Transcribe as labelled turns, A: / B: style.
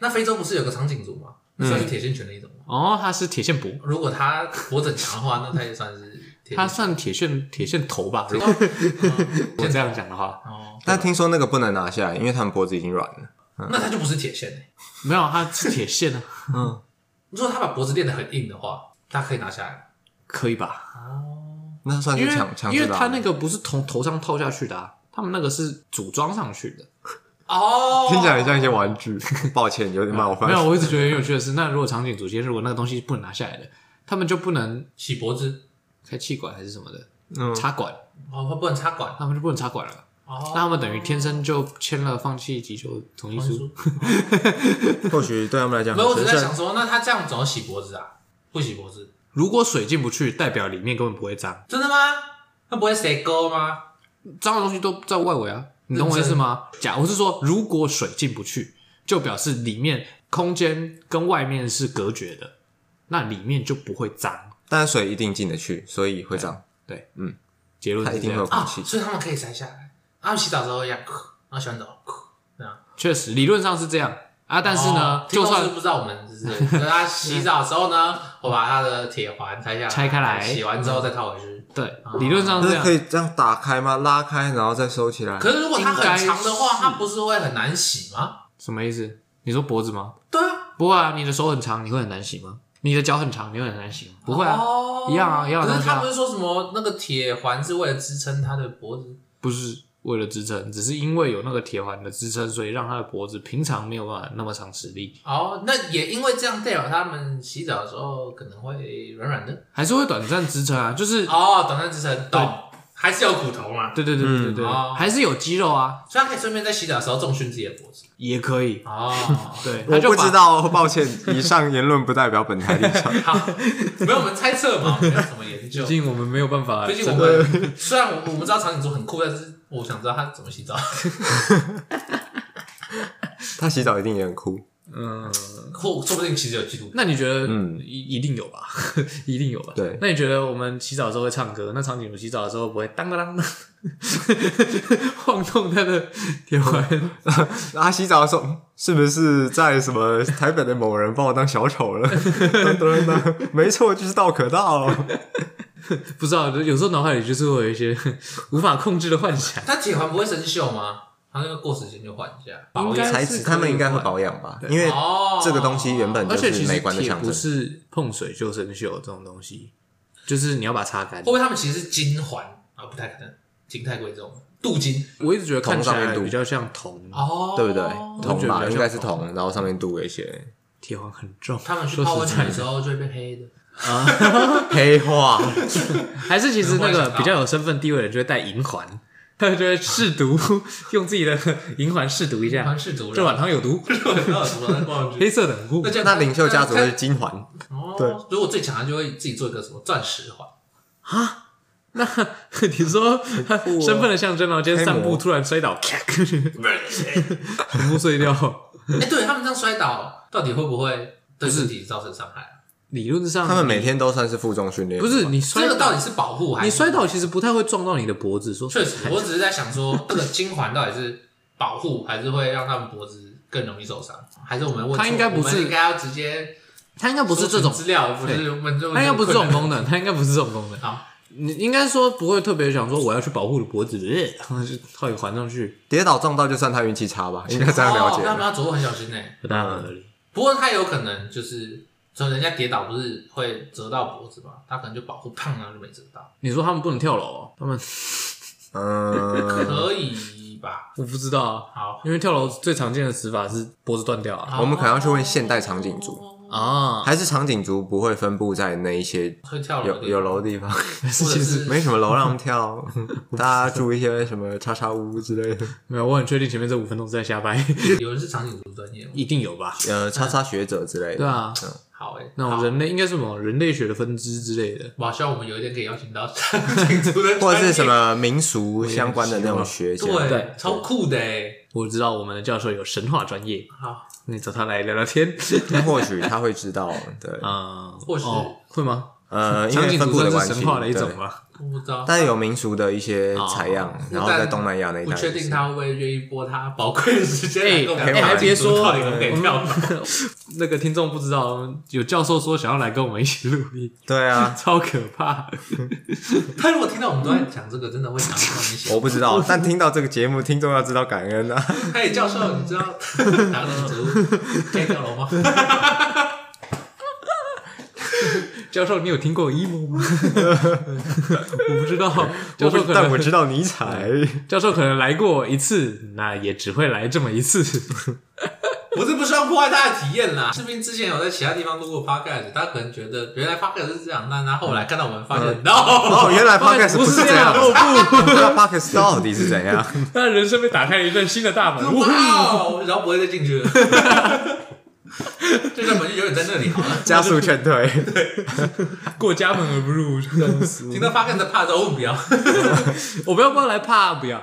A: 那非洲不是有个长颈族吗？那算是铁线犬的一种吗？
B: 哦，它是铁线脖，
A: 如果它脖子很长的话，那它也算是铁
B: 它
A: 线
B: 算铁线铁线头吧？如果
A: 犬。
B: 我这样讲的话，
A: 哦，
C: 但听说那个不能拿下来，因为他们脖子已经软了。
A: 那它就不是铁线欸
B: 没有，它是铁线啊，
A: 如果它把脖子练得很硬的话，它可以拿下来。
B: 可以吧？
A: 哦，
C: 那算
B: 因
C: 是
B: 为
C: 强强
B: 因为
C: 制的啊。
B: 它那个不是从头上套下去的啊，他们那个是组装上去的。
A: 哦，
C: 听起来很像一些玩具， 抱歉，有点冒犯。
B: 没有，我一直觉得很有趣的是，那如果场景主线如果那个东西不能拿下来的，他们就不能
A: 洗脖子，
B: 开气管还是什么的
C: 嗯，
B: 插管，
A: 哦，它不能插管。
B: 他们就不能插管了。
A: 哦，
B: 那他们等于天生就签了放弃急救同意
A: 文
B: 书。
A: 书。
C: 或许对他们来讲
A: 没有，我只
C: 很
A: 是
C: 神
A: 在想。
C: 圣
A: 说，那它这样怎么洗脖子啊？不洗脖子，
B: 如果水进不去，代表里面根本不会脏，
A: 真的吗？那不会塞沟吗？
B: 脏的东西都在外围啊，你懂我意思吗？假如是说，如果水进不去，就表示里面空间跟外面是隔绝的，那里面就不会脏。
C: 但水一定进得去，所以会脏。
B: 对，
C: 嗯，
B: 结论
C: 它
B: 是
C: 一
B: 这
C: 定会有
B: 样。
C: 空
A: 啊，
C: 气。
A: 所以他们可以塞下来。他们洗澡的时候一样，然后洗完澡，这样。
B: 确实，理论上是这样啊，但是呢，
A: 哦
B: 就
A: 听众是
B: 算
A: 不知道我们是不是，等 他洗澡的时候呢，我把他的铁环拆下来，
B: 拆开来嗯
A: 洗完之后再套回去。
B: 对
A: 哦
B: 理论上
C: 就是
B: 啊这
C: 可
B: 样，
C: 以这样打开吗？拉开然后再收起来
A: 可。是如果它很长的话，
B: 应该是
A: 它不是会很难洗吗？
B: 什么意思？你说脖子吗？
A: 对啊，
B: 不会啊，你的手很长，你会很难洗吗？你的脚很长，你会很难洗吗？不会啊，
A: 哦
B: 一样啊一样的
A: 可
B: 东
A: 是
B: 西啊
A: 他不是说什么那个铁环是为了支撑他的脖子？
B: 不是为了支撑，只是因为有那个铁环的支撑，所以让他的脖子平常没有办法那么长实力，
A: 哦，那也因为这样代表他们洗澡的时候可能会软软的。
B: 还是会短暂支撑啊。就是、
A: 哦，短暂支撑，懂，还是有骨头嘛，
B: 对对对对对对，
A: 哦
B: 还是有肌肉啊，
A: 所以他可以顺便在洗澡的时候重训自己的脖子。
B: 也可以。
A: 哦，
B: 对，他
C: 我
B: 就
C: 不
B: 把
C: 知。道， 抱歉，以上言论不代表本台立场。
A: 好，没有我们猜测嘛，没有什么研究
B: 毕。竟我们没有办
C: 啊
B: 法，
A: 毕竟我们虽然我我们知道长颈族很酷，但是我想知道他怎么洗澡。
C: 他洗澡一定也很酷。
B: 嗯，
A: 或说不定其实有记录。
B: 那你觉得，
C: 嗯
B: 一一定有吧， 一定有吧。
C: 对
B: 那你觉得我们洗澡的时候会唱歌？那长颈鹿洗澡的时候不会当当当 晃动它的铁 环？
C: 然后他洗澡的时候，嗯是不是在什么台北的某人把我当小丑 了？噔噔噔，没错，就是道可道。
B: 不知道，有时候脑海里就是会有一些无法控制的幻想。
A: 他铁环不会生锈吗？他那个过时间就换一下。
B: 应该
C: 材质他们应该会
B: 保。
C: 保养吧，因为
A: 哦，
C: 这个东西原本
B: 而
C: 就
B: 且其
C: 是
B: 实
C: 美观的
B: 铁
C: 象
B: 不
C: 征。
B: 是碰水就生锈这种东西，就是你要把它擦干
A: 会不。会他们其实是金环啊？不太可能，金太贵重了，镀金
B: 我一直觉得看起
C: 铜上
B: 来
C: 面镀
B: 比较像铜，
A: 哦，
C: 对不对？
B: 我觉
C: 铜
B: 得比
C: 吧，
B: 较
C: 应该是
B: 像
C: 铜，然后上面镀了一些
B: 铁环很重。
A: 他们去
B: 说
A: 泡温
B: 实
A: 泉
B: 在
A: 的时候就会变黑的。
C: 黑化。
B: 还是其实那
A: 我也
B: 个
A: 想到
B: 比较有身份地位的人就会戴银环， 他就会试毒， 用自己的银环试毒一
A: 银环
B: 下，
A: 是毒
B: 这
A: 了，
B: 碗汤有毒，
A: 那什么逛
B: 黑色的很酷
A: 那。这样
C: 那领袖家族是金环，
A: 哦，
C: 对
A: 如果最强的就会自己做一个什么钻石环，
B: 那 你说他
C: 酷哦
B: 身份的象征哦，今天
C: 黑
B: 散
C: 魔
B: 步突然摔倒，咔 全部碎掉。
A: 哎，对他们这样摔倒，到底会不会对身体造成伤害啊？
B: 理论上，
C: 他们每天都算是负重训练。
B: 不是你
A: 这
B: 摔
A: 个到
B: 倒，
A: 底是保护还
B: 你
A: 是
B: 摔倒其实不太会撞到你的脖子，说
A: 确实，我只是在想说，这个金环到底是保护，还是会让他们脖子更容易受伤？还是我们问错
B: 它应该不是
A: 我们应该要直接
B: 它应该不是这种
A: 搜寻，资料，不是问这种，
B: 它应该不是这种功能，它应该不是这种功能。
A: 好，
B: 你应该说不会特别想说我要去保护你的脖子，然后 就套一个环上去，
C: 跌倒撞到，就算他运气差吧，应该这样了
A: 哦
C: 解。
A: 那他们要着手很小心呢。
B: 不大合理。
A: 不过他有可能就是，所以人家跌倒不是会折到脖子嘛？他可能就保护胖，然后就没折到，
B: 你说他们不能跳楼、哦，他们
C: 嗯，
A: 可以吧？
B: 我不知道啊，
A: 好，
B: 因为跳楼最常见的死法是脖子断掉啊。
C: 我们可能要去问现代长颈族
B: 啊，
C: 还是长颈族不会分布在那一些
A: 会跳楼
C: 有
A: 的
C: 有楼的地方，
B: 是
A: 或者是
B: 其实
C: 没什么楼让跳，大家住一些什么叉叉屋之类的。
B: 没有，我很确定前面这五分钟是在瞎掰，
A: 有人是长颈族专业吗？
B: 一定有吧？
C: 呃，叉叉学者之类
B: 对
C: 的。
B: 啊，
A: 好诶，
B: 那
A: 好
B: 种人类应该是什么人类学的分支之类的，
A: 我希望我们有一天可以邀请到长颈族的专业，
C: 或者是什么民俗相关的那种学家，
A: 对，
B: 对
A: 超酷的哎！
B: 我知道我们的教授有神话专业，
A: 好，
B: 那你找他来聊聊天。
C: 那或许他会知道，对，
B: 啊、
A: 或许
B: 哦、会吗？
C: 呃，因
B: 场
C: 为
B: 景
C: 分
B: 图
C: 布的
B: 算
C: 关
B: 是
C: 系，
B: 神话的一种
C: 对
B: 吧？
A: 我不知道，
C: 但有民俗的一些采样
B: 哦，
C: 然后
A: 但
C: 在东南亚那一
A: 不
C: 带，
A: 确定他会不会愿意拨他宝贵的时间来跟我们
C: 哎
A: 聊
C: 哎还别
A: 民族
B: 说
A: 到底可不可以跳岛？
B: 那个听众不知道，有教授说想要来跟我们一起录音，
C: 对啊，
B: 超可怕。
A: 他如果听到我们都在讲这个，真的会想到你写。
C: 我不知道，但听到这个节目，听众要知道感恩啊。
A: 哎，教授，你知 道哪个民族开跳楼吗？
B: 教授，你有听过 emo 吗？ 我不知道，教
C: 我不
B: 授可
C: 但我
B: 能
C: 知道尼采，
B: 教授可能来过一次，那也只会来这么一次。
A: 我是不希望破坏大家的体验啦。士兵之前有在其他地方录过 podcast，他可能觉得原来 podcast 是这样，那他后来看到我们发现
C: 哦，
A: no，
C: 原来
B: Podcast
C: podcast
B: 不
C: 不
B: 是
C: 是
B: 这
C: 这
B: 样
C: 样， 那 podcast 到底是 怎样？
B: 他人生被打开了一扇新的大门。
A: 哇哦，然后不会再进去了。 这扇门就永远在那里好了。
C: 加速劝退，
B: 过家门而不入，真是
A: 听到 podcast 怕的时候，哦不要。
B: 我不要不要来怕，不要。